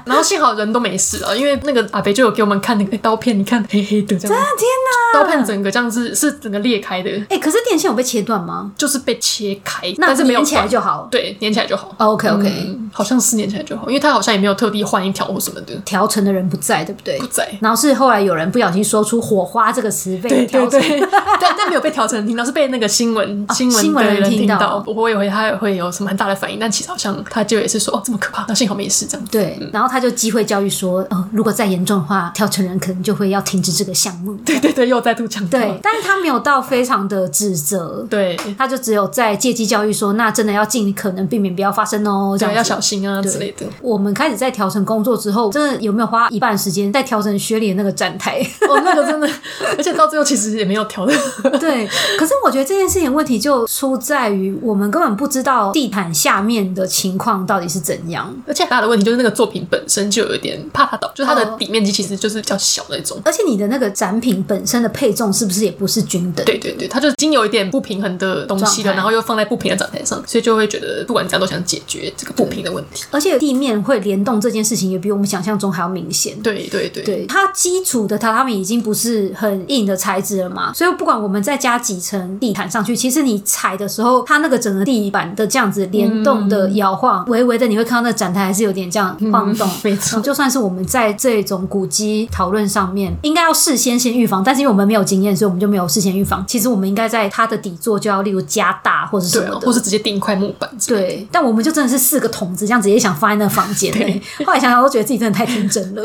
[SPEAKER 2] 然后幸好人都没事啊，因为那个阿北就有给我们看那个刀片，你看黑黑的这样，
[SPEAKER 1] 天
[SPEAKER 2] 刀片整个这样子是整个裂开的，
[SPEAKER 1] 哪！哎、可是电线有被切断吗？
[SPEAKER 2] 就是被切开，
[SPEAKER 1] 那
[SPEAKER 2] 但是没有
[SPEAKER 1] 粘起来
[SPEAKER 2] 断
[SPEAKER 1] 就好。
[SPEAKER 2] 对，粘起来就好。
[SPEAKER 1] OK OK，、
[SPEAKER 2] 嗯， 好像是粘起来就好，因为他好像也没有特地换一条或什么的，
[SPEAKER 1] 调成的人不在，对不对
[SPEAKER 2] 不？在。
[SPEAKER 1] 然后是后来有人不小心说出“火花”这个词被调成。
[SPEAKER 2] 对， 但但没有被调成听到，是被那个新 闻、新闻
[SPEAKER 1] 新闻
[SPEAKER 2] 的
[SPEAKER 1] 人
[SPEAKER 2] 人
[SPEAKER 1] 听
[SPEAKER 2] 听
[SPEAKER 1] 到
[SPEAKER 2] 到。我以为他也会有什么很大的反应，但其实好像他就也是说哦这么可怕，那幸好没事这样。
[SPEAKER 1] 对然后他就机会教育说，呃，如果再严重的话，调成人可能就会要停止这个项目。
[SPEAKER 2] 对 对对，又再度强调。
[SPEAKER 1] 对，但是他没有到非常的指责，
[SPEAKER 2] 对
[SPEAKER 1] 他就只有在借机教育说，那真的要尽可能避免不要发生哦，这
[SPEAKER 2] 对，
[SPEAKER 1] 样
[SPEAKER 2] 要
[SPEAKER 1] 子
[SPEAKER 2] 小心啊之类的。
[SPEAKER 1] 我们开始在调整工作之后，真的有没有花一半时间在调整学里的那个站 台？
[SPEAKER 2] 哦，那个真的，而且到最后其实也没有调的。
[SPEAKER 1] 对，可是我觉得这件事情问题就出在于我们根本不知道地毯下面的情况到底是怎样。
[SPEAKER 2] 而且很大的问题就是那个作品本身就有一点怕它倒，就是它
[SPEAKER 1] 哦
[SPEAKER 2] 的底面积其实就是比较小那种。
[SPEAKER 1] 而且你的那个展品本身的配重是不是也不是均等？
[SPEAKER 2] 对对对，它就已经有一点不平衡的东西
[SPEAKER 1] 状
[SPEAKER 2] 了，
[SPEAKER 1] 态
[SPEAKER 2] 然后又放在不平的展台上，所以就会觉得不管怎样都想解决这个不平的的问题。
[SPEAKER 1] 而且地面会联动这件事情也比我们想象中还要明显。
[SPEAKER 2] 对对对，啊
[SPEAKER 1] 对，它基础的榻榻米已经不是很硬的材质了嘛，所以不管我们再加几层地毯上去，其实你踩的时候，它那个整个地板的这样子联动的摇晃，微微的你会看到那展台还是有点这样晃动。
[SPEAKER 2] 嗯 没错
[SPEAKER 1] 就算是我们在这种古迹讨论上面，应该要事先先预防，但是因为我们没有经验，所以我们就没有事先预防。其实我们应该在它的底座就要例如加大或者什
[SPEAKER 2] 对
[SPEAKER 1] 么
[SPEAKER 2] 啊，
[SPEAKER 1] 的，
[SPEAKER 2] 或是直接钉一块木板之类的。
[SPEAKER 1] 对，但我们就真的是四个桶子这样直接想放在那房 间内。后来想想，都觉得自己真的太天真了。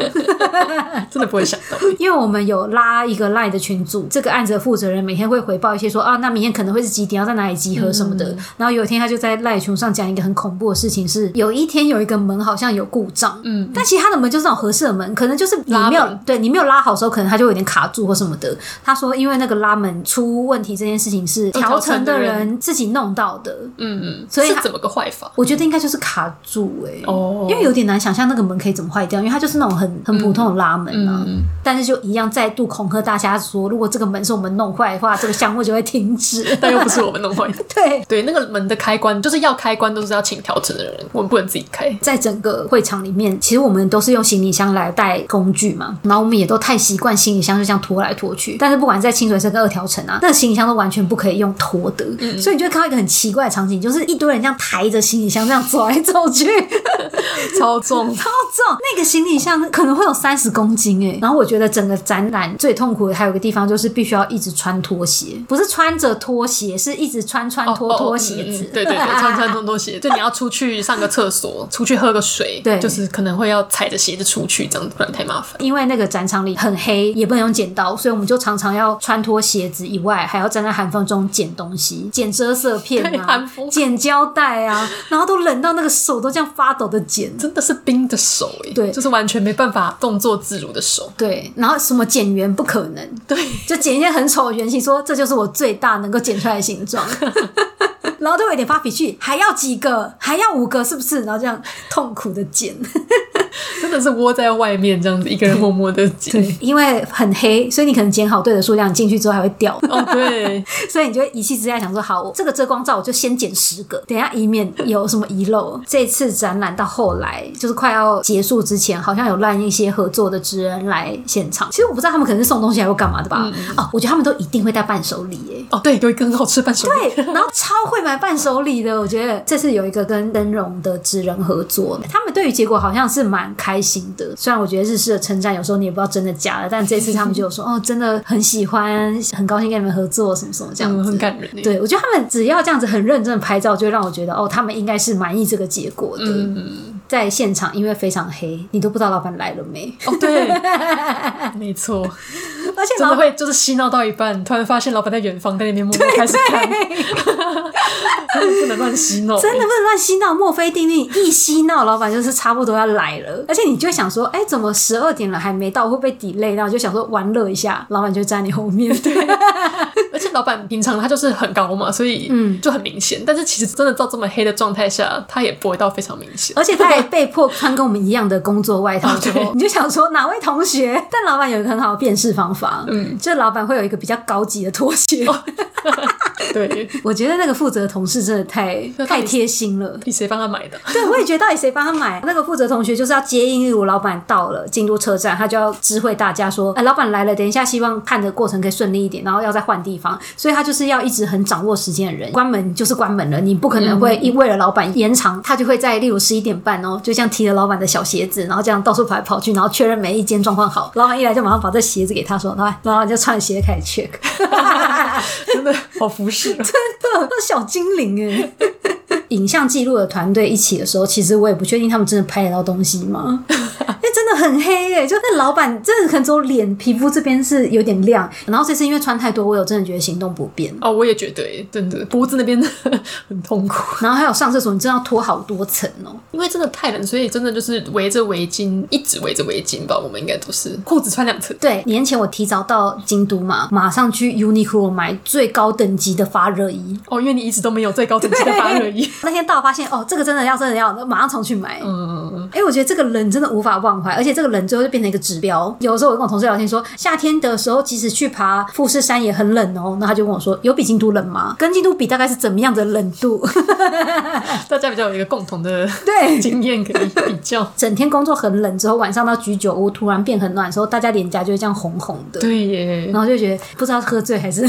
[SPEAKER 2] 真的不会想 到。嗯
[SPEAKER 1] 因为我们有拉一个 line 的群组，这个案子的负责人每天会回报一些说啊，那明天可能会是几点，要在哪里集合什么的。
[SPEAKER 2] 嗯
[SPEAKER 1] 然后有一天他就在 line 群组上讲一个很恐怖的事情是，有一天有一个门好像有故障，嗯，但其实他的门就是那种合适的门，可能就是你没
[SPEAKER 2] 拉
[SPEAKER 1] 有
[SPEAKER 2] 门
[SPEAKER 1] 对你没有拉好的时候，可能它就有点卡住或什么的。他说因为那个拉门出问题这件事情是调
[SPEAKER 2] 调成
[SPEAKER 1] 成的
[SPEAKER 2] 的人
[SPEAKER 1] 人自己弄到的，
[SPEAKER 2] 嗯，嗯
[SPEAKER 1] 所以
[SPEAKER 2] 是
[SPEAKER 1] 他
[SPEAKER 2] 怎么个坏法？
[SPEAKER 1] 我觉得应该就是卡住哎、
[SPEAKER 2] 哦
[SPEAKER 1] 因为有点难想象那个门可以怎么坏掉，因为它就是那种很很普通的拉门啊。但是就一样再度恐吓大家说，如果这个门是我们弄坏的话，这个项目就会停 止。
[SPEAKER 2] 但又不是我们弄坏的。
[SPEAKER 1] 对，
[SPEAKER 2] 对，那个门的开关就是要开关，都是要请调整的人，我们不能自己开。
[SPEAKER 1] 在整个会场里面，其实我们都是用行李箱来带工具嘛，然后我们也都太习惯行李箱就这样拖来拖去。但是不管在清水寺跟二条城啊，那个行李箱都完全不可以用拖的，所以你就会看到一个很奇怪的场景，就是一堆人这样抬着行李箱这样走来走去。
[SPEAKER 2] 超重，
[SPEAKER 1] 超重，哦那个行李箱可能会有三十公斤哎、然后我觉得整个展览最痛苦的还有一个地方就是必须要一直穿拖鞋，不是穿着拖鞋，是一直穿穿
[SPEAKER 2] 哦
[SPEAKER 1] 脱
[SPEAKER 2] 哦
[SPEAKER 1] 脱
[SPEAKER 2] 嗯
[SPEAKER 1] 鞋子。
[SPEAKER 2] 嗯对 对对，穿穿拖拖鞋，就你要出去上个厕所，出去喝个水，
[SPEAKER 1] 对
[SPEAKER 2] 就是可能会要踩着鞋子出去，这样不然太麻烦。
[SPEAKER 1] 因为那个展场里很黑，也不能用剪刀，所以我们就常常要穿脱鞋子以外，还要站在寒风中捡东西，捡遮色片
[SPEAKER 2] 对
[SPEAKER 1] 啊
[SPEAKER 2] 寒，风
[SPEAKER 1] 捡胶带啊，然后都冷到那个手都这样发抖的捡。
[SPEAKER 2] 真的是冰的手哎、
[SPEAKER 1] 对
[SPEAKER 2] 就是完全没办法动作自如的手。
[SPEAKER 1] 对，然后什么减圆不可能，
[SPEAKER 2] 对，
[SPEAKER 1] 就剪一些很丑的圆形，说这就是我最大能够剪出来的形状。然后都有点发脾气，还要几个，还要五个，是不是？然后这样痛苦的剪，
[SPEAKER 2] 真的是窝在外面这样子，一个人默默的挤。
[SPEAKER 1] 因为很黑，所以你可能剪好对的数量，你进去之后还会掉，
[SPEAKER 2] 哦，对，
[SPEAKER 1] 所以你就会一气之下想说，好，我这个遮光罩我就先剪十个，等一下以免有什么遗漏。 这次展览到后来就是快要结束之前，好像有让一些合作的职人来现场，其实我不知道他们可能是送东西还会干嘛的
[SPEAKER 2] 嗯
[SPEAKER 1] 吧？哦，我觉得他们都一定会带伴手礼耶、
[SPEAKER 2] 哦对，有一个很好吃的伴手礼，
[SPEAKER 1] 对，然后超会买伴手礼的，我觉得这次有一个跟灯笼的职人合作，他们对于结果好像是蛮开心的。虽然我觉得日式的称赞有时候你也不知道真的假的，但这次他们就有说哦，真的很喜欢，很高兴跟你们合作，什么什么这样
[SPEAKER 2] 嗯，
[SPEAKER 1] 子。
[SPEAKER 2] 很感人欸。
[SPEAKER 1] 对，我觉得他们只要这样子很认真的拍照，就会让我觉得哦，他们应该是满意这个结果的。在现场，因为非常黑，你都不知道老板来了没，
[SPEAKER 2] 哦对，没 错。
[SPEAKER 1] 而且
[SPEAKER 2] 真
[SPEAKER 1] 老
[SPEAKER 2] 的
[SPEAKER 1] 板
[SPEAKER 2] 会就是嬉闹到一半，突然发现老板在远方在那边默默开始看， 真的不能乱嬉闹。欸
[SPEAKER 1] 真的不能乱嬉闹，墨菲定律一嬉闹，老板就是差不多要来了。而且你就会想说，哎、怎么十二点了还没到，会不会 delay？然后就想说玩乐一下，老板就在你后面。 对，
[SPEAKER 2] 而且老板平常他就是很高嘛，所以嗯就很明显。但是其实真的到这么黑的状态下，他也不会到非常明显。
[SPEAKER 1] 而且他还被迫穿跟我们一样的工作 外套之后，
[SPEAKER 2] 对
[SPEAKER 1] 你就想说哪位同学？但老板有一个很好的辨识方法，嗯，哦就是老板会有一个比较高级的拖鞋。
[SPEAKER 2] 对，
[SPEAKER 1] 我觉得那个负责的同事真的太
[SPEAKER 2] 那到
[SPEAKER 1] 太
[SPEAKER 2] 底
[SPEAKER 1] 贴心了。
[SPEAKER 2] 你谁帮他买的？
[SPEAKER 1] 对，我也觉得到底谁帮他买？ 那个负责同学就是要接应，例如老板到了京都车站，他就要知会大家说，哎，老板来了，等一下，希望看的过程可以顺利一点，然后要再换地方，所以他就是要一直很掌握时间的人。关门就是关门了，你不可能会
[SPEAKER 2] 嗯
[SPEAKER 1] 因为了老板延长，他就会在例如十一点半哦，就像提着老板的小鞋子，然后这样到处跑来跑去，然后确认每一间状况好，老板一来就马上把这鞋子给他说，老板，老板就穿着鞋开始 check，
[SPEAKER 2] 真的好服侍哦。
[SPEAKER 1] 那小精灵哎。影像记录的团队一起的时候，其实我也不确定他们真的拍得到东西吗？因为真的很黑哎、就那老板真的可能只有脸皮肤这边是有点亮，然后这次因为穿太多，我有真的觉得行动不便。
[SPEAKER 2] 哦，我也觉得欸，真的脖子那边 很痛苦，
[SPEAKER 1] 然后还有上厕所，你真的要脱好多层哦、
[SPEAKER 2] 因为真的太冷，所以真的就是围着围巾，一直围着围巾吧。我们应该都是裤子穿两层。
[SPEAKER 1] 对，年前我提早到京都嘛，马上去 Uniqlo 买最高等级的发热衣。
[SPEAKER 2] 哦，因为你一直都没有最 高等级的发热衣。嗯
[SPEAKER 1] 那天到发现哦，这个真的要真的要，马上重去买。嗯，哎、我觉得这个冷真的无法忘怀。而且这个冷最后就变成一个指标。有的时候我跟我同事聊天说，夏天的时候其实去爬富士山也很冷哦，那他就问我说，有比京都冷吗？跟京都比大概是怎么样的冷度？
[SPEAKER 2] 大家比较有一个共同的
[SPEAKER 1] 对，
[SPEAKER 2] 经验可以比较。
[SPEAKER 1] 整天工作很冷之后，晚上到居酒屋突然变很暖的时候，大家脸颊就会这样红红的。
[SPEAKER 2] 对耶，
[SPEAKER 1] 然后就觉得不知道喝醉还是。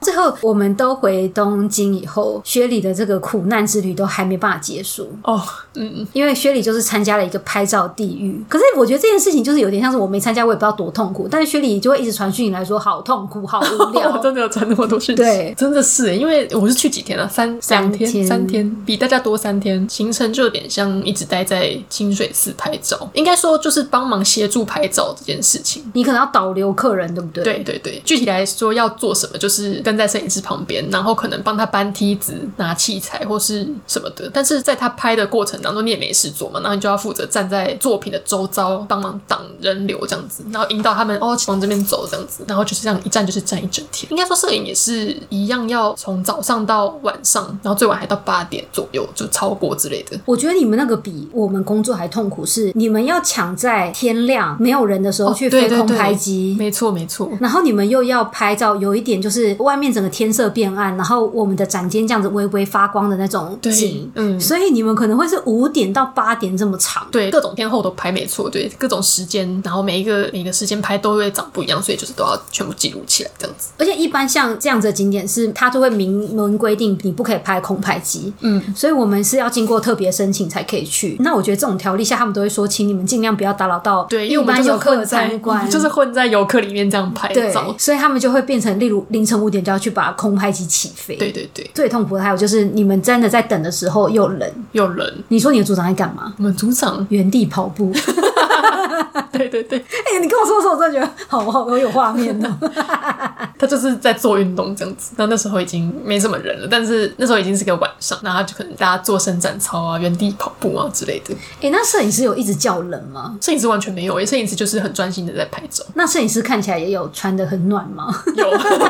[SPEAKER 1] 最后我们都回东京以后，薛礼的这个苦难之旅都还没办法结束，
[SPEAKER 2] 哦，嗯，
[SPEAKER 1] 因为薛礼就是参加了一个拍照地狱。可是我觉得这件事情就是有点像是我没参加，我也不知道多痛苦，但是薛礼就会一直传讯来说好痛苦，好无
[SPEAKER 2] 我
[SPEAKER 1] 聊。
[SPEAKER 2] 真的有传那么多讯息，
[SPEAKER 1] 对
[SPEAKER 2] 真的是耶因为我是去几天啊，三
[SPEAKER 1] 三
[SPEAKER 2] 两天，
[SPEAKER 1] 天
[SPEAKER 2] 三天，比大家多三天，行程就有点像一直待在清水寺拍照，应该说就是帮忙协助拍照这件事情。
[SPEAKER 1] 你可能要导流客人，对不对？。
[SPEAKER 2] 对对对，具体来说要做什么，就是跟在摄影师旁边，然后可能帮他搬梯子、拿器材或是什么的。但是在他拍的过程当中，你也没事做嘛，然后你就要负责站在作品的周遭，帮忙挡人流这样子，然后引导他们哦往这边走这样子，然后就是这样一站就是站一整天。应该说摄影也是一样，要从早上到晚上，然后最晚还到八点左右就超过之类的。
[SPEAKER 1] 我觉得你们那个比我们工作还痛苦，是你们要抢在天亮没有人的时候去飞
[SPEAKER 2] 哦对对
[SPEAKER 1] 空
[SPEAKER 2] 对
[SPEAKER 1] 拍机、
[SPEAKER 2] 没错没错，
[SPEAKER 1] 然后你们又要拍照，有一点就是外面整个天色变暗，然后我们的展间这样子微微发光的那种景
[SPEAKER 2] 对，，嗯。
[SPEAKER 1] 所以你们可能会是五点到八点这么长。
[SPEAKER 2] 对，各种天后都拍没错，对，各种时间，然后每一个每个时间拍都会长不一样，所以就是都要全部记录起来这样子。
[SPEAKER 1] 而且一般像这样子的景点是，它就会明文规定你不可以拍空拍机，
[SPEAKER 2] 嗯，
[SPEAKER 1] 所以我们是要经过特别申请才可以去。那我觉得这种条例下，他们都会说，请你们尽量不要打扰到
[SPEAKER 2] 对，因
[SPEAKER 1] 一
[SPEAKER 2] 为我们
[SPEAKER 1] 般
[SPEAKER 2] 就是
[SPEAKER 1] 游客
[SPEAKER 2] 混
[SPEAKER 1] 的
[SPEAKER 2] 在
[SPEAKER 1] 参观，
[SPEAKER 2] 就是混在游客里面这样拍
[SPEAKER 1] 对
[SPEAKER 2] 照，。
[SPEAKER 1] 所以他们就会变成，例如凌晨五点就要去把空拍机起飞。
[SPEAKER 2] 对对对，
[SPEAKER 1] 最痛苦的还有就是你们真的在等的时候又冷，
[SPEAKER 2] 有人，
[SPEAKER 1] 你说你的组长在干嘛？
[SPEAKER 2] 我们 组长，
[SPEAKER 1] 原地跑步。
[SPEAKER 2] 对对对，
[SPEAKER 1] 哎、你跟我说的时候，我真的觉得好好好有画面哦。
[SPEAKER 2] 他就是在做运动这样子。那那时候已经没什么人了，但是那时候已经是个晚上，那他就可能大家做伸展操啊、原地跑步啊之类的。
[SPEAKER 1] 哎、那摄影师有一直叫人吗？
[SPEAKER 2] 摄影师完全没有，因为摄影师就是很专心的在拍照。
[SPEAKER 1] 那摄影师看起来也有穿的很暖吗？
[SPEAKER 2] 有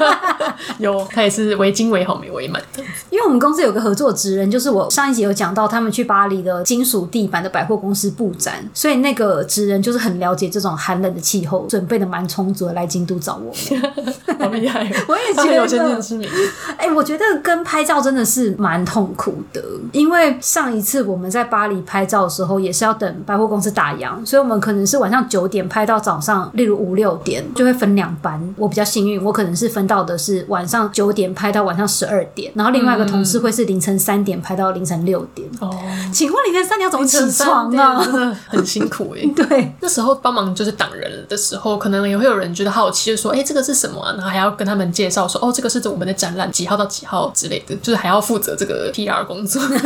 [SPEAKER 2] 有，他也是围巾围好没围满的。
[SPEAKER 1] 因为我们公司有个合作职人，就是我上一集有讲到，他们去巴黎的金属地板的百货公司布展，所以那个职人就是很了解这种寒冷的气候，准备的蛮充足的来京都找我们。
[SPEAKER 2] 好厉害、哦！
[SPEAKER 1] 我也觉
[SPEAKER 2] 他
[SPEAKER 1] 得
[SPEAKER 2] 很有先见之明。
[SPEAKER 1] 哎、我觉得跟拍照真的是蛮痛苦的，因为上一次我们在巴黎拍照的时候，也是要等百货公司打烊，所以我们可能是晚上九点拍到早上，例如五六点，就会分两班。我比较幸运，我可能是分到的是晚上九点拍到晚上十二点，然后另外一个同事会是凌晨三点拍到凌晨六点。
[SPEAKER 2] 哦，
[SPEAKER 1] 请问凌晨三点要怎么起床啊？
[SPEAKER 2] 真的很辛苦哎、
[SPEAKER 1] 对，
[SPEAKER 2] 那时候帮忙就是挡人的时候，可能也会有人觉得好奇，就说：“哎、这个是什么啊？”然后还要跟他们介绍说：“哦，这个是我们的展览几号到几号之类的。”就是还要负责这个 PR 工作。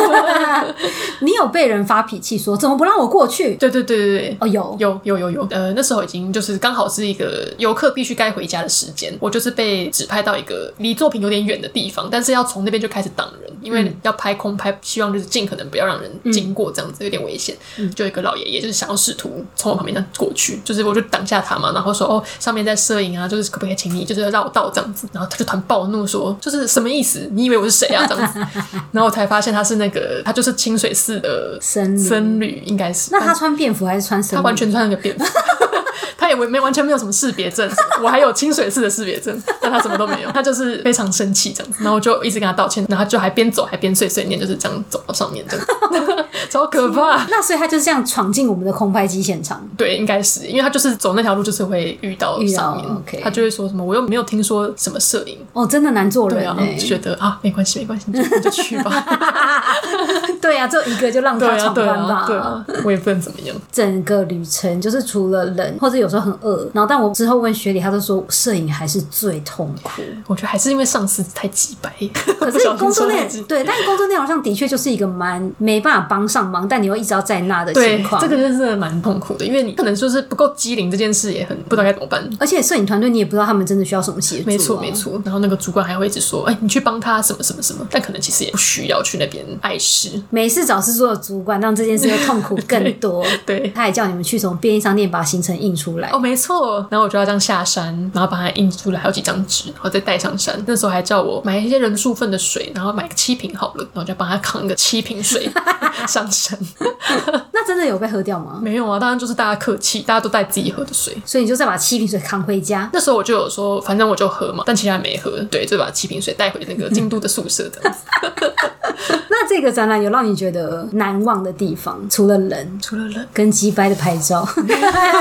[SPEAKER 1] 你有被人发脾气说怎么不让我过去？
[SPEAKER 2] 对对对对对。
[SPEAKER 1] 哦，有，
[SPEAKER 2] 有有有有，呃，那时候已经就是刚好是一个游客必须该回家的时间，我就是被指派到一个离作品有点远的地方，但是要从那边就开始挡人，因为
[SPEAKER 1] 嗯
[SPEAKER 2] 要拍空拍，希望就是尽可能不要让人经过，这样子有点危险。
[SPEAKER 1] 嗯
[SPEAKER 2] 就有一个老爷爷就是想要试图从我旁边这样过去，就是我就挡下他嘛，然后说哦，上面在摄影啊，就是可不可以请你就是绕道这样子，然后他就突然暴怒说，就是什么意思？你以为我是谁啊？这样 子，然后我才发现他是那个他就是清水寺的
[SPEAKER 1] 僧侣
[SPEAKER 2] 僧侣，应该是
[SPEAKER 1] 那他穿便服还是穿什
[SPEAKER 2] 他
[SPEAKER 1] 么？
[SPEAKER 2] 完全穿了个 便服，他也没完全没有什么识别证，我还有清水寺的识别证，但他什么都没有，他就是非常生气这样子，然后我就一直跟他道歉，然后他就还边走还边碎碎念，就是这样走到上面这样， 超可怕。
[SPEAKER 1] 那所以他就是这样闯进我们的空拍机现场。
[SPEAKER 2] 对，应该是因为他就是走那条路，就是会遇到
[SPEAKER 1] 遇到
[SPEAKER 2] 上面
[SPEAKER 1] OK
[SPEAKER 2] 他就会说什么我又没有听说什么摄影，
[SPEAKER 1] 哦，真的难做
[SPEAKER 2] 对
[SPEAKER 1] 人
[SPEAKER 2] 啊，
[SPEAKER 1] 哎、
[SPEAKER 2] 就觉得啊没关系没关系，你就你就去吧，
[SPEAKER 1] 对啊，只有一个就让
[SPEAKER 2] 对
[SPEAKER 1] 他
[SPEAKER 2] 啊
[SPEAKER 1] 闯
[SPEAKER 2] 对
[SPEAKER 1] 关吧。
[SPEAKER 2] 啊对啊，我也不能怎么样，
[SPEAKER 1] 整个旅程就是除了冷，或者有时候很饿，然后但我之后问学理，他都说摄影还是最痛 苦。
[SPEAKER 2] 我觉得还是因为上司太鸡掰，
[SPEAKER 1] 可
[SPEAKER 2] 不
[SPEAKER 1] 是
[SPEAKER 2] 小心
[SPEAKER 1] 工作
[SPEAKER 2] 说太
[SPEAKER 1] 内
[SPEAKER 2] 鸡
[SPEAKER 1] 对，但工作内容上的确就是一个蛮没办法帮上忙，但你又一直要在那的
[SPEAKER 2] 对
[SPEAKER 1] 情，况。
[SPEAKER 2] 这个真的蛮痛苦的，因为你可能就是不够机灵，这件事也很不知道该怎么办。
[SPEAKER 1] 而且摄影团队你也不知道他们真的需要什么协助、啊。
[SPEAKER 2] 没错，嗯没。错。然后那个主管还会一直说：“哎、你去帮他什么什么什么。”但可能其实也不需要去那边碍事。
[SPEAKER 1] 没事找事做的主管，让这件事又痛苦更多。
[SPEAKER 2] 对，
[SPEAKER 1] 他也叫你们去从便利商店把行程印出来。
[SPEAKER 2] 哦，没错。然后我就要这样下山，然后把它印出来好几张纸，然后再带上山。那时候 还叫我买一些人数份的水，然后买个七瓶好了，然后就帮他扛个七瓶水上上山。
[SPEAKER 1] 那真的有被喝掉吗？
[SPEAKER 2] 没有啊，当然就是大家客气，大家都带自己喝的水。
[SPEAKER 1] 所以你就再把七瓶水扛回家，
[SPEAKER 2] 那时候我就有说，反正我就喝嘛，但其他人没喝，对，就把七瓶水带回那个京都的宿舍这样子。
[SPEAKER 1] 那这个展览有让你觉得难忘的地方，除了人
[SPEAKER 2] 除了冷，
[SPEAKER 1] 跟鸡掰的拍照，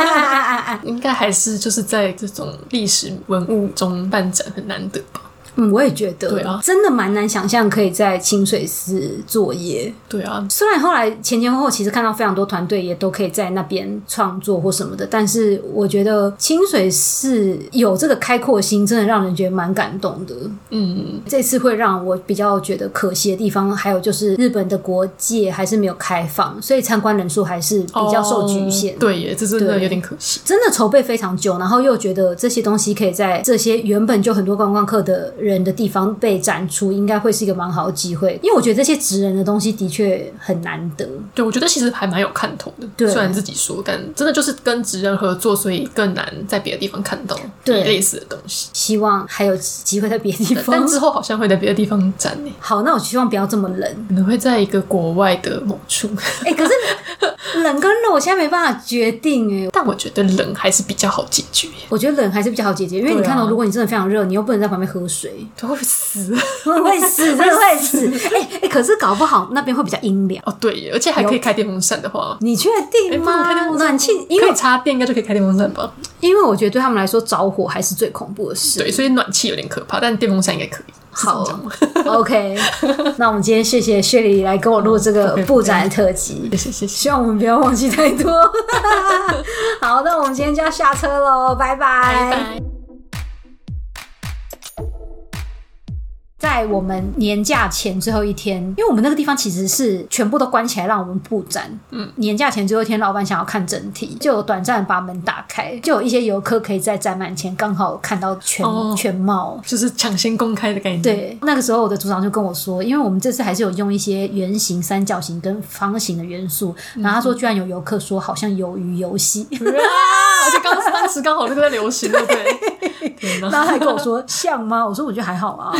[SPEAKER 2] 应该还是就是在这种历史文物中办展很难得吧？
[SPEAKER 1] 嗯，我也觉得，
[SPEAKER 2] 对啊
[SPEAKER 1] 真的蛮难想象可以在清水寺作业。
[SPEAKER 2] 对啊，
[SPEAKER 1] 虽然后来前前后后其实看到非常多团队也都可以在那边创作或什么的，但是我觉得清水寺有这个开阔心，真的让人觉得蛮感动的。
[SPEAKER 2] 嗯，
[SPEAKER 1] 这次会让我比较觉得可惜的地方，还有就是日本的国界还是没有开放，所以参观人数还是比较受局限。
[SPEAKER 2] 哦对耶，这真的
[SPEAKER 1] 对
[SPEAKER 2] 有点可惜。
[SPEAKER 1] 真的筹备非常久，然后又觉得这些东西可以在这些原本就很多观光客的人的地方被展出，应该会是一个蛮好的机会。因为我觉得这些职人的东西的确很难得，
[SPEAKER 2] 对，我觉得其实还蛮有看头的。
[SPEAKER 1] 对
[SPEAKER 2] 虽然自己说，但真的就是跟职人合作，所以更难在别的地方看到
[SPEAKER 1] 对
[SPEAKER 2] 类似的东西。
[SPEAKER 1] 希望还有机会在别的地
[SPEAKER 2] 但
[SPEAKER 1] 方。
[SPEAKER 2] 之后好像会在别的地方展呢，
[SPEAKER 1] 好，那我希望不要这么冷。
[SPEAKER 2] 可能会在一个国外的某 处。
[SPEAKER 1] 哎、可是冷跟热我现在没办法决定哎、
[SPEAKER 2] 但我觉得冷还是比较好解决，
[SPEAKER 1] 我觉得冷还是比较好解决，因为你
[SPEAKER 2] 对啊
[SPEAKER 1] 看到、如果你真的非常热，你又不能在旁边喝水，
[SPEAKER 2] 都会 死。
[SPEAKER 1] 会死，真的会死。哎哎、可是搞不好那边会比较阴凉，
[SPEAKER 2] 哦，对耶，而且还可以开电风扇的话，
[SPEAKER 1] 你确
[SPEAKER 2] 哎
[SPEAKER 1] 定
[SPEAKER 2] 不能
[SPEAKER 1] 吗
[SPEAKER 2] 开电？风扇
[SPEAKER 1] 暖气，因
[SPEAKER 2] 可
[SPEAKER 1] 为
[SPEAKER 2] 以插电应该就可以开电风扇吧？
[SPEAKER 1] 因为我觉得对他们来说，着火还是最恐怖的事。
[SPEAKER 2] 对，哦所以暖气有点可怕，但电风扇应该可以。是这样
[SPEAKER 1] 好
[SPEAKER 2] 讲吗
[SPEAKER 1] ，OK，那我们今天谢谢雪莉来跟我录这个布展特辑，
[SPEAKER 2] 谢谢谢谢，
[SPEAKER 1] 希望我们不要忘记太多。 好，那我们今天就要下车喽，拜
[SPEAKER 2] 拜
[SPEAKER 1] 拜。
[SPEAKER 2] 拜。
[SPEAKER 1] 在我们年假前最后一天，因为我们那个地方其实是全部都关起来，让我们布展。嗯，年假前最后一天，老板想要看整体，就有短暂把门打开，就有一些游客可以在展览前刚好看到全、
[SPEAKER 2] 哦
[SPEAKER 1] 全貌。
[SPEAKER 2] 就是抢先公开的概念。，
[SPEAKER 1] 对，那个时候我的组长就跟我说，因为我们这次还是有用一些圆形、三角形跟方形的元素，然后他说居然有游客说好像鱿鱼游戏，
[SPEAKER 2] 啊而且刚当时刚好这个在流行，对不 对？天哪
[SPEAKER 1] 然后还跟我说像吗？我说我觉得还好啊。